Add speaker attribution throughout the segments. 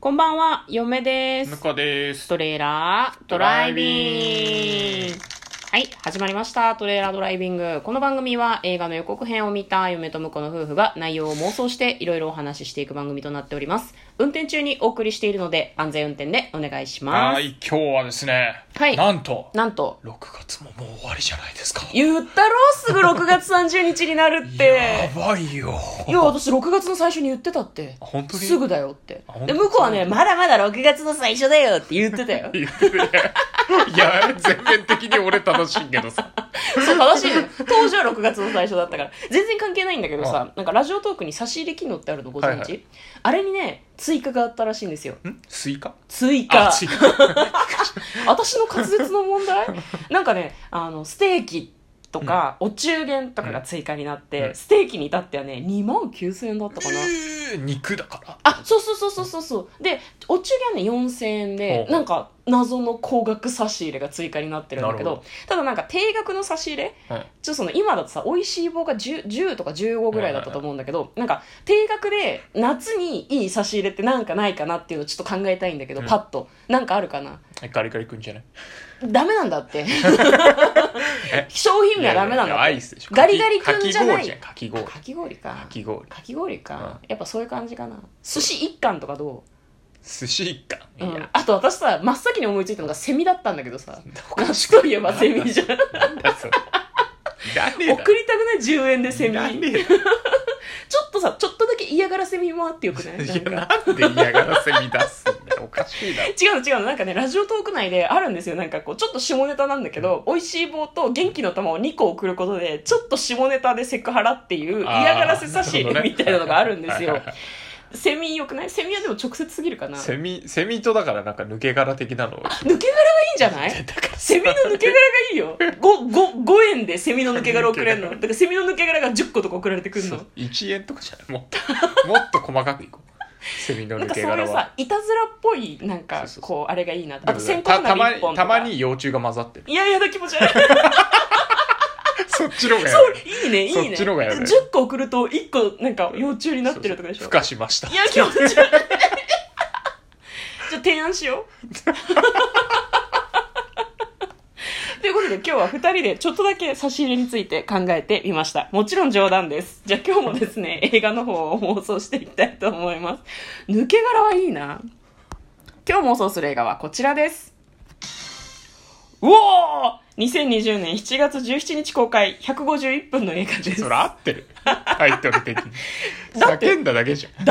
Speaker 1: こんばんは、嫁で
Speaker 2: 向
Speaker 1: す。
Speaker 2: こうです。
Speaker 1: トレーラードライビング。はい、始まりました。トレーラードライビング。この番組は映画の予告編を見た嫁と婿の夫婦が内容を妄想していろいろお話ししていく番組となっております。運転中にお送りしているので安全運転でお願いしま
Speaker 2: は
Speaker 1: す。
Speaker 2: い、今日はですね、
Speaker 1: はい
Speaker 2: なんと、
Speaker 1: なんと、
Speaker 2: 6月ももう終わりじゃないですか。
Speaker 1: 言ったろすぐ6月30日になるって
Speaker 2: や。ばいよ。
Speaker 1: いや、私6月の最初に言ってたって。
Speaker 2: あ本当に
Speaker 1: すぐだよって
Speaker 2: あ本。
Speaker 1: で、
Speaker 2: 当
Speaker 1: 向こうはね、まだまだ6月の最初だよって言ってたよ。
Speaker 2: 言ってるね。いや、全面的に俺正しいけどさ。
Speaker 1: そう、正し いのよ。当時は6月の最初だったから。全然関係ないんだけどさ、なんかラジオトークに差し入れ機能ってあるのご存知、
Speaker 2: はいはい
Speaker 1: あれにね、追加があったらしいんですよ。
Speaker 2: んスイカ
Speaker 1: 追加
Speaker 2: あ、。違う。
Speaker 1: 私の滑舌の問 題なんかね、あの、ステーキとか、お中元とかが追加になって、
Speaker 2: うん
Speaker 1: ステーキに至ってはね、2万9000円だったかな。
Speaker 2: えー肉だから。
Speaker 1: あ、そうそうそうそうそうそう。で、お中元ね4000円で、
Speaker 2: ほう
Speaker 1: なんか謎の高額差し入れが追加になってるんだけ
Speaker 2: なる
Speaker 1: ど、
Speaker 2: ほ
Speaker 1: ただなんか定額の差し入れ、
Speaker 2: うん
Speaker 1: ちょっとその今だとさ、美味しい棒が 10, 10とか15ぐらいだったと思うんだけど、なんか定額で夏にいい差し入れってなんかないかなっていうのをちょっと考えたいんだけど、
Speaker 2: うん
Speaker 1: パッと。なんかあるかな
Speaker 2: ガリガリくんじゃない
Speaker 1: ダメなんだって
Speaker 2: え。
Speaker 1: 商品名はダメなんだ
Speaker 2: いやいやア
Speaker 1: っ
Speaker 2: イ
Speaker 1: て。
Speaker 2: スでしょ。
Speaker 1: ガリガリ君じゃない
Speaker 2: かき氷じゃん、かき
Speaker 1: かき氷
Speaker 2: 氷。
Speaker 1: か
Speaker 2: か。き氷。
Speaker 1: かき氷か。やっぱそういう感じかな。寿司一貫とかどう
Speaker 2: 寿司一貫。い
Speaker 1: うん
Speaker 2: や、、
Speaker 1: あと私さ真っ先に思いついたのがセミだったんだけどさ
Speaker 2: おかし
Speaker 1: 夏といえばセミじゃん
Speaker 2: い。なん だそれ。いらねえだろ
Speaker 1: 送りたくない10円でセミ
Speaker 2: いらね
Speaker 1: ち
Speaker 2: えだろ
Speaker 1: ょっとさちょっとだけ嫌がらせセミもあってよくない
Speaker 2: い
Speaker 1: なん
Speaker 2: や
Speaker 1: か
Speaker 2: なんで嫌がらせ見出すんだよおかしいだろ
Speaker 1: 違うの違うのなんかねラジオトーク内であるんですよなんかこうちょっと下ネタなんだけど、美味しい棒と元気の玉を2個送ることでちょっと下ネタでセクハラっていう
Speaker 2: あー
Speaker 1: 嫌がらせ差し入
Speaker 2: な
Speaker 1: れ
Speaker 2: る
Speaker 1: み
Speaker 2: ほどね
Speaker 1: たいなのがあるんです
Speaker 2: はい
Speaker 1: よ
Speaker 2: はいはい
Speaker 1: セミよくないセミはでも直接すぎるかな抜
Speaker 2: セミセミとだからなんか抜け殻的なの
Speaker 1: け殻がいいんじゃない
Speaker 2: だから
Speaker 1: セミの抜け殻がいいよ。5、五五円でセミの抜け殻送 れんの。だからセミの抜け殻が10個とか送られてくんの。
Speaker 2: 1円とかじゃないもっと もっと細かくいこうセミの
Speaker 1: なん
Speaker 2: 抜
Speaker 1: かそう
Speaker 2: け
Speaker 1: い
Speaker 2: 殻
Speaker 1: う
Speaker 2: は
Speaker 1: さ、いたずらっぽい、なん
Speaker 2: そ
Speaker 1: か
Speaker 2: うそ、う
Speaker 1: こう、あれがいいな。あと、
Speaker 2: で
Speaker 1: 線
Speaker 2: も
Speaker 1: 香
Speaker 2: た
Speaker 1: 花
Speaker 2: たま
Speaker 1: 火一
Speaker 2: に
Speaker 1: 本と
Speaker 2: た
Speaker 1: か。
Speaker 2: ま。に幼虫が混 ざってる
Speaker 1: いやいやだ気持ち悪い。そ
Speaker 2: そっちの方がやる
Speaker 1: う、いいね、いいね。
Speaker 2: そっちの方がやだよ
Speaker 1: 10個送ると、1個、なんか、幼虫になってるとかでしょ。
Speaker 2: ふ化しました
Speaker 1: いや、気持ち悪い。じゃあ、提案しよ う。ということで今日は2人でちょっとだけ差し入れについて考えてみましたもちろん冗談ですじゃあ今日もですね映画の方を妄想していきたいと思います抜け殻はいいな今日妄想する映画はこちらですうおー2020年7月17日公開151分の映画です
Speaker 2: それ合っ てるタイトル的に
Speaker 1: だって
Speaker 2: 叫んだだけじゃん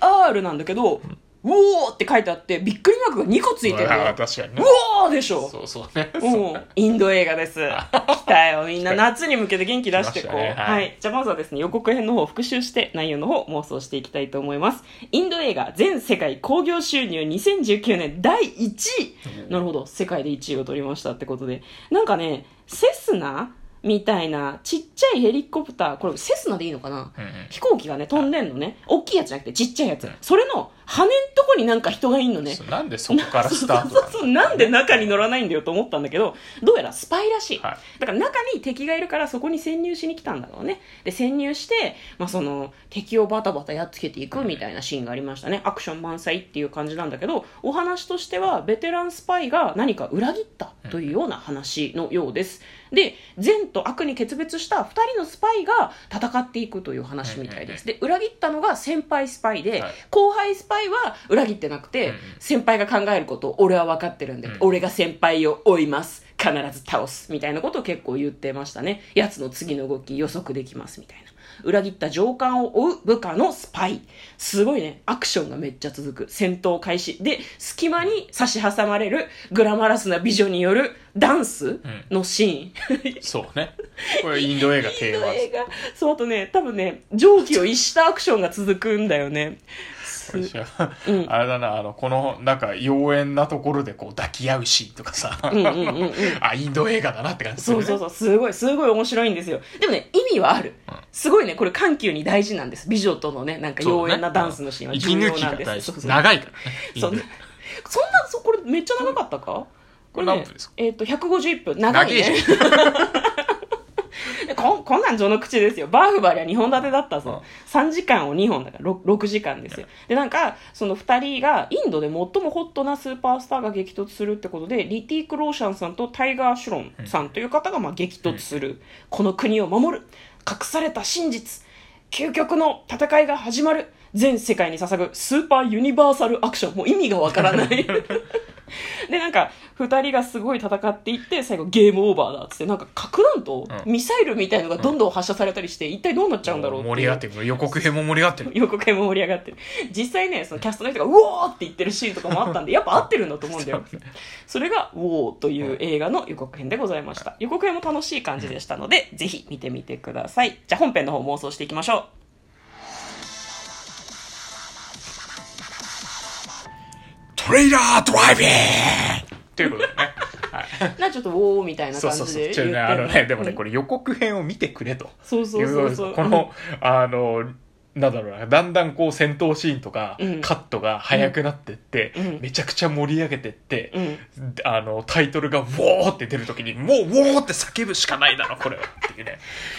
Speaker 1: WAR なんだけど、うおーって書いてあって、びっくりマークが2個ついてるの
Speaker 2: あ
Speaker 1: よ
Speaker 2: ー。確かに
Speaker 1: う
Speaker 2: ね
Speaker 1: おーでしょ。
Speaker 2: そうそうね
Speaker 1: もうインド映画 です。来たよ、みんな。夏に向けて元気出してこう。
Speaker 2: 来ましたね
Speaker 1: は、
Speaker 2: はいい
Speaker 1: じゃあまずはですね、予告編の方を復習して内容の方を妄想していきたいと思います。インド映画全世界興行収入2019年第1位。なるほど、世界で1位を取りましたってことで。なんかね、セスナみたいなちっちゃいヘリコプター、これセスナでいいのかな
Speaker 2: うんうん
Speaker 1: 飛行機がね、飛んでんのね。大きいやつじゃなくてちっちゃいやつ。それの羽んとこになんか人がいんのね。
Speaker 2: そうなんでそこからスタート
Speaker 1: そうそ
Speaker 2: なの
Speaker 1: うそうなんで中に乗らないんだよと思ったんだけどどうやらスパイらしい、
Speaker 2: はい
Speaker 1: だから中に敵がいるからそこに潜入しに来たんだろうねで潜入して、まあ、その敵をバタバタやっつけていくみたいなシーンがありましたねアクション満載っていう感じなんだけどお話としてはベテランスパイが何か裏切ったというような話のようですで善と悪に決別した2人のスパイが戦っていくという話みたいですで裏切ったのが先輩スパイで、
Speaker 2: はい
Speaker 1: 後輩スパイは裏切ってなくて、
Speaker 2: うんうん
Speaker 1: 先輩が考えることを俺は分かってるんで、
Speaker 2: うん
Speaker 1: 俺が先輩を追います必ず倒すみたいなことを結構言ってましたねやつの次の動き予測できますみたいな裏切った上官を追う部下のスパイすごいねアクションがめっちゃ続く戦闘開始で隙間に差し挟まれるグラマラスな美女によるダンスのシーン、
Speaker 2: そうねこれインド映画
Speaker 1: イン
Speaker 2: テー
Speaker 1: ド
Speaker 2: マです
Speaker 1: 映画そうあとね多分ね常軌を逸したアクションが続くんだよねすん
Speaker 2: あれだな、あの、この、なんか、妖艶なところでこう抱き合うシーンとかさ、
Speaker 1: うんうんうんうん
Speaker 2: あ、インド映画だなって感じす
Speaker 1: そう
Speaker 2: るね。
Speaker 1: そうそう、すごい、すごい面白いんですよ。でもね、意味はある。すごいね、これ緩急に大事なんです。美女とのね、なんか
Speaker 2: そう
Speaker 1: 妖艶なダンスのシーンは
Speaker 2: 息
Speaker 1: 重
Speaker 2: 抜
Speaker 1: 要
Speaker 2: き
Speaker 1: な
Speaker 2: が
Speaker 1: んです。
Speaker 2: 大事
Speaker 1: そうそう
Speaker 2: 長いからね。
Speaker 1: そんな、そんな、そこれめっちゃ長かったかこれ、ね、
Speaker 2: 何分ですか
Speaker 1: えっ、と、151分。長いね
Speaker 2: 長い。
Speaker 1: でここんこんなん序の口ですよバーフバリは2本立てだった
Speaker 2: うん
Speaker 1: ぞ、3時間を2本だから 6, 6時間ですよでなんかその2人がインドで最もホットなスーパースターが激突するってことでリティーク・ローシャンさんとタイガー・シュロンさんという方がまあ激突する、この国を守る隠された真実究極の戦いが始まる全世界に捧ぐスーパーユニバーサルアクションもう意味がわからない でなんか2人がすごい戦っていって最後ゲームオーバーだっつってなんか核弾頭、
Speaker 2: うん
Speaker 1: ミサイルみたいのがどんどん発射されたりして、一体どうなっちゃうんだろうっていう
Speaker 2: 盛り上がってる予告編も盛り上がってる
Speaker 1: 予告編も盛り上がってる実際ねそのキャストの人が「うおー!」って言ってるシーンとかもあったんでやっぱ合ってるんだと思うんだよ
Speaker 2: そう
Speaker 1: それが「ウォー」という映画の予告編でございました予告編も楽しい感じでしたのでぜひ見てみてくださいじゃあ本編の方妄想していきましょう
Speaker 2: トレーラードライビングということでね。 はい
Speaker 1: なんかちょっと「ウォー」みたいな
Speaker 2: そう
Speaker 1: 感
Speaker 2: そう
Speaker 1: じ
Speaker 2: そう。
Speaker 1: で言って
Speaker 2: 違うね、あのね、でもね、
Speaker 1: うん
Speaker 2: これ予告編を見てくれと。
Speaker 1: そうそうそうそう
Speaker 2: この、あの、なんだろうな、だんだんこう戦闘シーンとか、
Speaker 1: うん
Speaker 2: カットが早くなってって、
Speaker 1: うん
Speaker 2: めちゃくちゃ盛り上げてって、
Speaker 1: うん
Speaker 2: あの、タイトルが、ウォーって出るときに、もう、ウォーって叫ぶしかないだろ、これは。って いうね。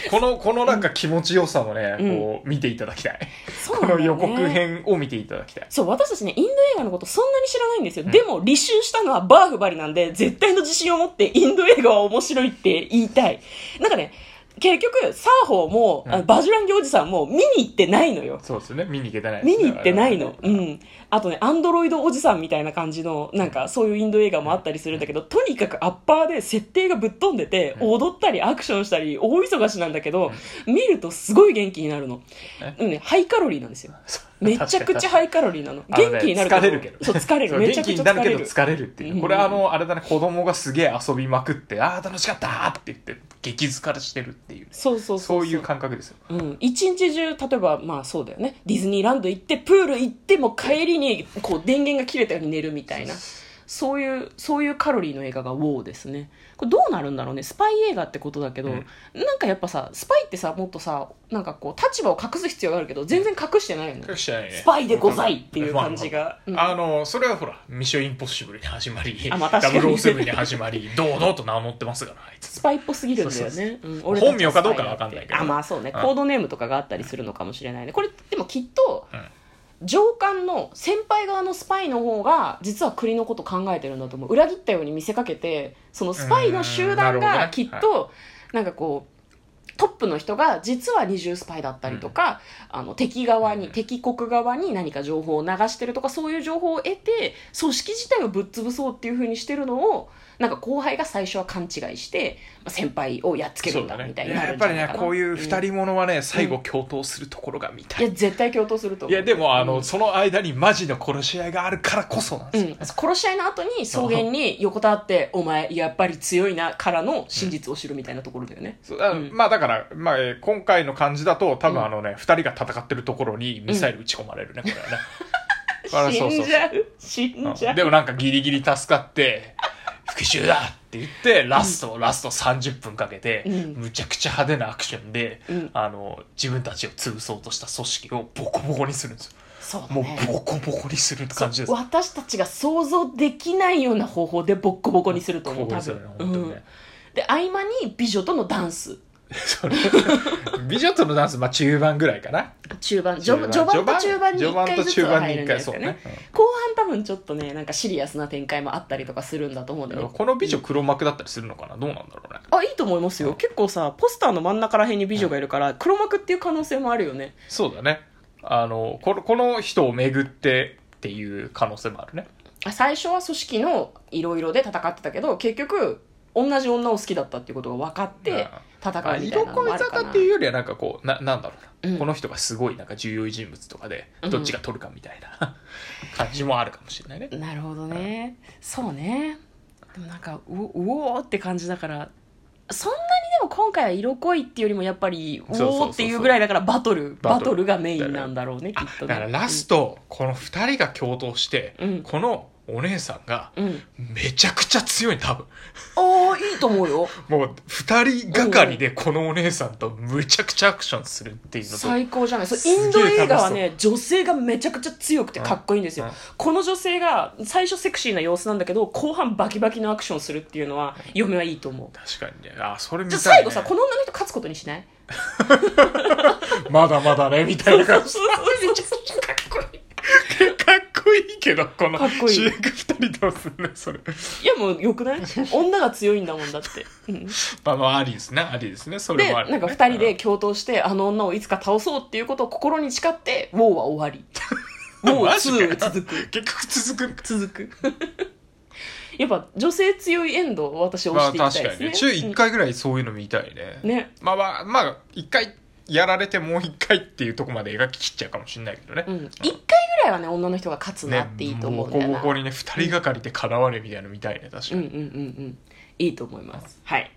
Speaker 2: この、このなんか気持ちよさもね、
Speaker 1: うん
Speaker 2: こう、見ていただきたい。
Speaker 1: そう
Speaker 2: こ
Speaker 1: なんだよ
Speaker 2: の
Speaker 1: ね
Speaker 2: 予告編を見ていただきたい。
Speaker 1: そう私たちねインド映画のことそんなに知らないんですよ、でも履修したのはバーフバリなんで絶対の自信を持ってインド映画は面白いって言いたいなんかね結局サーホーも、あ
Speaker 2: うん
Speaker 1: バジュランギおじさんも見に行ってないのよ
Speaker 2: そうですね、見に行けてないで
Speaker 1: 見
Speaker 2: すね
Speaker 1: に行ってないの。
Speaker 2: う
Speaker 1: うんん。あとね、アンドロイドおじさんみたいな感じの、なんかそういうインド映画もあったりするんだけど、とにかくアッパーで設定がぶっ飛んでて、
Speaker 2: うん
Speaker 1: 踊ったりアクションしたり、大忙しなんだけど、見るとすごい元気になるの。でもね、ハイカロリーなんですよ。めちゃくちゃハイカロリーなの。
Speaker 2: あのね
Speaker 1: 元気になる
Speaker 2: 疲れるけど
Speaker 1: そう、疲れ
Speaker 2: そ
Speaker 1: る。
Speaker 2: う
Speaker 1: め
Speaker 2: 元
Speaker 1: ちゃ
Speaker 2: 気
Speaker 1: くち
Speaker 2: に
Speaker 1: ゃ疲
Speaker 2: なるけ
Speaker 1: れ
Speaker 2: ど
Speaker 1: る。
Speaker 2: 疲れるっていう、
Speaker 1: うん
Speaker 2: これあのあれだね子供がすげえ遊びまくってああ楽しかったーって言って激疲れしてるっていう
Speaker 1: そうそう
Speaker 2: そ
Speaker 1: そうう
Speaker 2: いう感覚ですよ
Speaker 1: うん、一日中例えばまあそうだよねディズニーランド行ってプール行ってもう帰りにこう電源が切れたように寝るみたいなそういうそういうカロリーの映画が「ウォー」ですねこれどうなるんだろうねスパイ映画ってことだけど、
Speaker 2: うん
Speaker 1: なんかやっぱさスパイってさもっとさなんかこう立場を隠す必要があるけど全然隠してないよね
Speaker 2: 知らないね
Speaker 1: スパイでございっていう感じが、
Speaker 2: まあまああのそれはほら「ミッションインポッシブル」に始まり「
Speaker 1: あまあ確かに
Speaker 2: 007」に始まり堂々と名乗ってますからあいつ
Speaker 1: スパイっぽすぎるんだよね
Speaker 2: そうそう
Speaker 1: うん俺たちは
Speaker 2: 本名かどうかはわかんないけど
Speaker 1: あまあそうね
Speaker 2: うん
Speaker 1: コードネームとかがあったりするのかもしれないねこれでもきっと、
Speaker 2: うん
Speaker 1: 上官の先輩側のスパイの方が実は国のこと考えてるんだと思う裏切ったように見せかけてそのスパイの集団
Speaker 2: うんなるほど
Speaker 1: が
Speaker 2: ね
Speaker 1: きっとなんかこうトップの人が実は二重スパイだったりとか、あの敵側に、
Speaker 2: うん
Speaker 1: 敵国側に何か情報を流してるとかそういう情報を得て組織自体をぶっ潰そうっていうふうにしてるのをなんか後輩が最初は勘違いしてまあ先輩をやっつけるんだみたいにな
Speaker 2: や
Speaker 1: る
Speaker 2: っ
Speaker 1: んじゃ
Speaker 2: ぱ
Speaker 1: な
Speaker 2: り
Speaker 1: いか
Speaker 2: ね
Speaker 1: な
Speaker 2: こういう
Speaker 1: 人
Speaker 2: 二人ものはね最後共闘するところが見た
Speaker 1: い
Speaker 2: い、
Speaker 1: や絶対共闘すると思う
Speaker 2: いやでもあの、
Speaker 1: うん
Speaker 2: その間にマジの殺し合いがあるからこそなんで
Speaker 1: う
Speaker 2: すよ、
Speaker 1: ん、殺し合いの後に草原に横たわって「お前やっぱり強いな」からの真実を知るみたいなところだよね、
Speaker 2: そうあ
Speaker 1: うん
Speaker 2: まあだから、まあえー今回の感じだと多
Speaker 1: う
Speaker 2: 分
Speaker 1: ん
Speaker 2: あのね、二2人が戦ってるところにミサイル撃ち込まれるね、これ はねこれはそう
Speaker 1: 死
Speaker 2: そ
Speaker 1: ん
Speaker 2: う
Speaker 1: じゃう死んじ
Speaker 2: う
Speaker 1: ゃ
Speaker 2: ん
Speaker 1: う
Speaker 2: でもなんかギリギリ助かって復讐だって言ってラスト、ラスト30分かけて、
Speaker 1: うん
Speaker 2: むちゃくちゃ派手なアクションで、
Speaker 1: うん
Speaker 2: あの自分たちを潰そうとした組織をボコボコにするんですよ
Speaker 1: そうだ
Speaker 2: もう
Speaker 1: ね
Speaker 2: ボコボコにするって感じです
Speaker 1: そう私たちが想像できないような方法でボッコボコにすると思う
Speaker 2: こ
Speaker 1: 多
Speaker 2: うですよ
Speaker 1: 分
Speaker 2: ね、本当に
Speaker 1: う
Speaker 2: ね、
Speaker 1: んで合間に美女とのダンス
Speaker 2: それ美女とのダンス、まあ、中盤ぐらいかな
Speaker 1: 中盤序序盤と中盤に1
Speaker 2: 序盤
Speaker 1: 回
Speaker 2: と
Speaker 1: ずつ
Speaker 2: 中
Speaker 1: は
Speaker 2: 盤に
Speaker 1: 入る
Speaker 2: 1
Speaker 1: んで
Speaker 2: 回
Speaker 1: す
Speaker 2: そう
Speaker 1: よ
Speaker 2: ね
Speaker 1: ね、後半多分ちょっとねなんかシリアスな展開もあったりとかするんだと思うんだ
Speaker 2: う
Speaker 1: よ
Speaker 2: ん
Speaker 1: ね
Speaker 2: この美女黒幕だったりするのかなどうなんだろうね
Speaker 1: あいいと思いますよ結構さポスターの真ん中ら辺に美女がいるから黒幕っていう可能性もあるよね
Speaker 2: そうだねあのこのこの人を巡ってっていう可能性もあるね
Speaker 1: あ最初は組織のいろいろで戦ってたけど結局同じ女を好きだったっていうことが分かって戦
Speaker 2: あ
Speaker 1: うみたい
Speaker 2: 色
Speaker 1: なのも
Speaker 2: 恋
Speaker 1: あるか
Speaker 2: 坂
Speaker 1: な
Speaker 2: っていうよりはなんかこうななんだろうな、
Speaker 1: うん
Speaker 2: この人がすごいなんか重要人物とかでどっちが取るかみたいな 感じもあるかもしれないね、
Speaker 1: なるほどねそうねでもなんかううおーって感じだからそんなにでも今回は色濃いっていうよりもやっぱりう
Speaker 2: そうそうそうそう
Speaker 1: おーっていうぐらいだからバトル
Speaker 2: バト
Speaker 1: バ
Speaker 2: ル
Speaker 1: トルがメインなんだろうねきっと
Speaker 2: だから
Speaker 1: ね
Speaker 2: ラスト、この2人が共闘して、
Speaker 1: うん
Speaker 2: このお姉さんが
Speaker 1: うん、
Speaker 2: めちゃくちゃ強い多分
Speaker 1: ああいいと思うよ
Speaker 2: もう二人がかりでこのお姉さんとむちゃくちゃアクションするっていうのと
Speaker 1: 最高じゃないそう
Speaker 2: すげえ
Speaker 1: インド映画はね女性がめちゃくちゃ強くてかっこいいんですよ、
Speaker 2: うんうん
Speaker 1: この女性が最初セクシーな様子なんだけど後半バキバキのアクションするっていうのは嫁はいいと思う
Speaker 2: 確かにねあそれ見
Speaker 1: じ
Speaker 2: た
Speaker 1: ゃ
Speaker 2: い、
Speaker 1: あ最
Speaker 2: ね、
Speaker 1: 後さ、この女の人勝つことにしない
Speaker 2: まだまだねみたいな
Speaker 1: そう
Speaker 2: 感じ
Speaker 1: そう そうめちゃくちゃかっこいい
Speaker 2: かっこいいけどこの
Speaker 1: かっこいい
Speaker 2: 主役二人どうすんねそれ
Speaker 1: いやもうよく ない女が強いんだもんだって、うん
Speaker 2: まあまあありですねありですねそれ
Speaker 1: で
Speaker 2: もあり、
Speaker 1: なんか2人で共闘してあの女をいつか倒そうっていうことを心に誓って「ウォーは終わり」「ウォー
Speaker 2: マジかよ
Speaker 1: 2」続く
Speaker 2: 結局続くんか
Speaker 1: 続く やっぱ女性強いエンドを私押
Speaker 2: ま
Speaker 1: し
Speaker 2: あ
Speaker 1: ていきた
Speaker 2: 確
Speaker 1: い
Speaker 2: か
Speaker 1: です
Speaker 2: に
Speaker 1: ね,うん、
Speaker 2: ね週1回ぐらいそういうの見たいね、
Speaker 1: ね
Speaker 2: まあまあまあ1回やられてもう1回っていうとこまで描ききっちゃうかもしれないけどね、
Speaker 1: うん、1回ぐらいはね女の人が勝つなっていいと思うんだ
Speaker 2: ね
Speaker 1: よ
Speaker 2: ボ
Speaker 1: な、
Speaker 2: コボコにね2人がかりでからわれみたいなの見たいね確か
Speaker 1: うんうん
Speaker 2: に、
Speaker 1: うんうんいいと思いますはい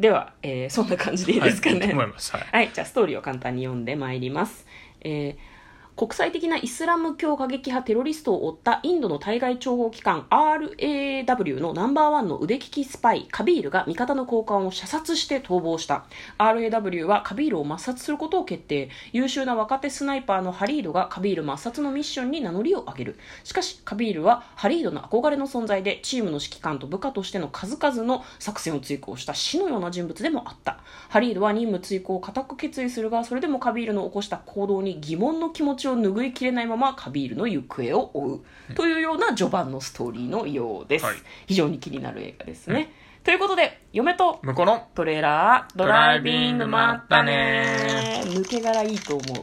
Speaker 1: では、えーそんな感じでいいですかね、
Speaker 2: はい、いいと思いますはい
Speaker 1: はい、じゃあストーリーを簡単に読んでまいります。えー国際的なイスラム教過激派テロリストを追ったインドの対外諜報機関 RAW のナンバーワンの腕利きスパイカビールが味方の高官を射殺して逃亡した RAW はカビールを抹殺することを決定優秀な若手スナイパーのハリードがカビール抹殺のミッションに名乗りを上げるしかしカビールはハリードの憧れの存在でチームの指揮官と部下としての数々の作戦を遂行した死のような人物でもあったハリードは任務遂行を固く決意するがそれでもカビールの起こした行動に疑問の気持ちを拭いきれないままカビールの行方を追うというような序盤のストーリーのようです、
Speaker 2: はい
Speaker 1: 非常に気になる映画ですね、ということで嫁と
Speaker 2: 向こうの
Speaker 1: トレーラードライビング
Speaker 2: ドライビング
Speaker 1: まったね抜け殻いいと思う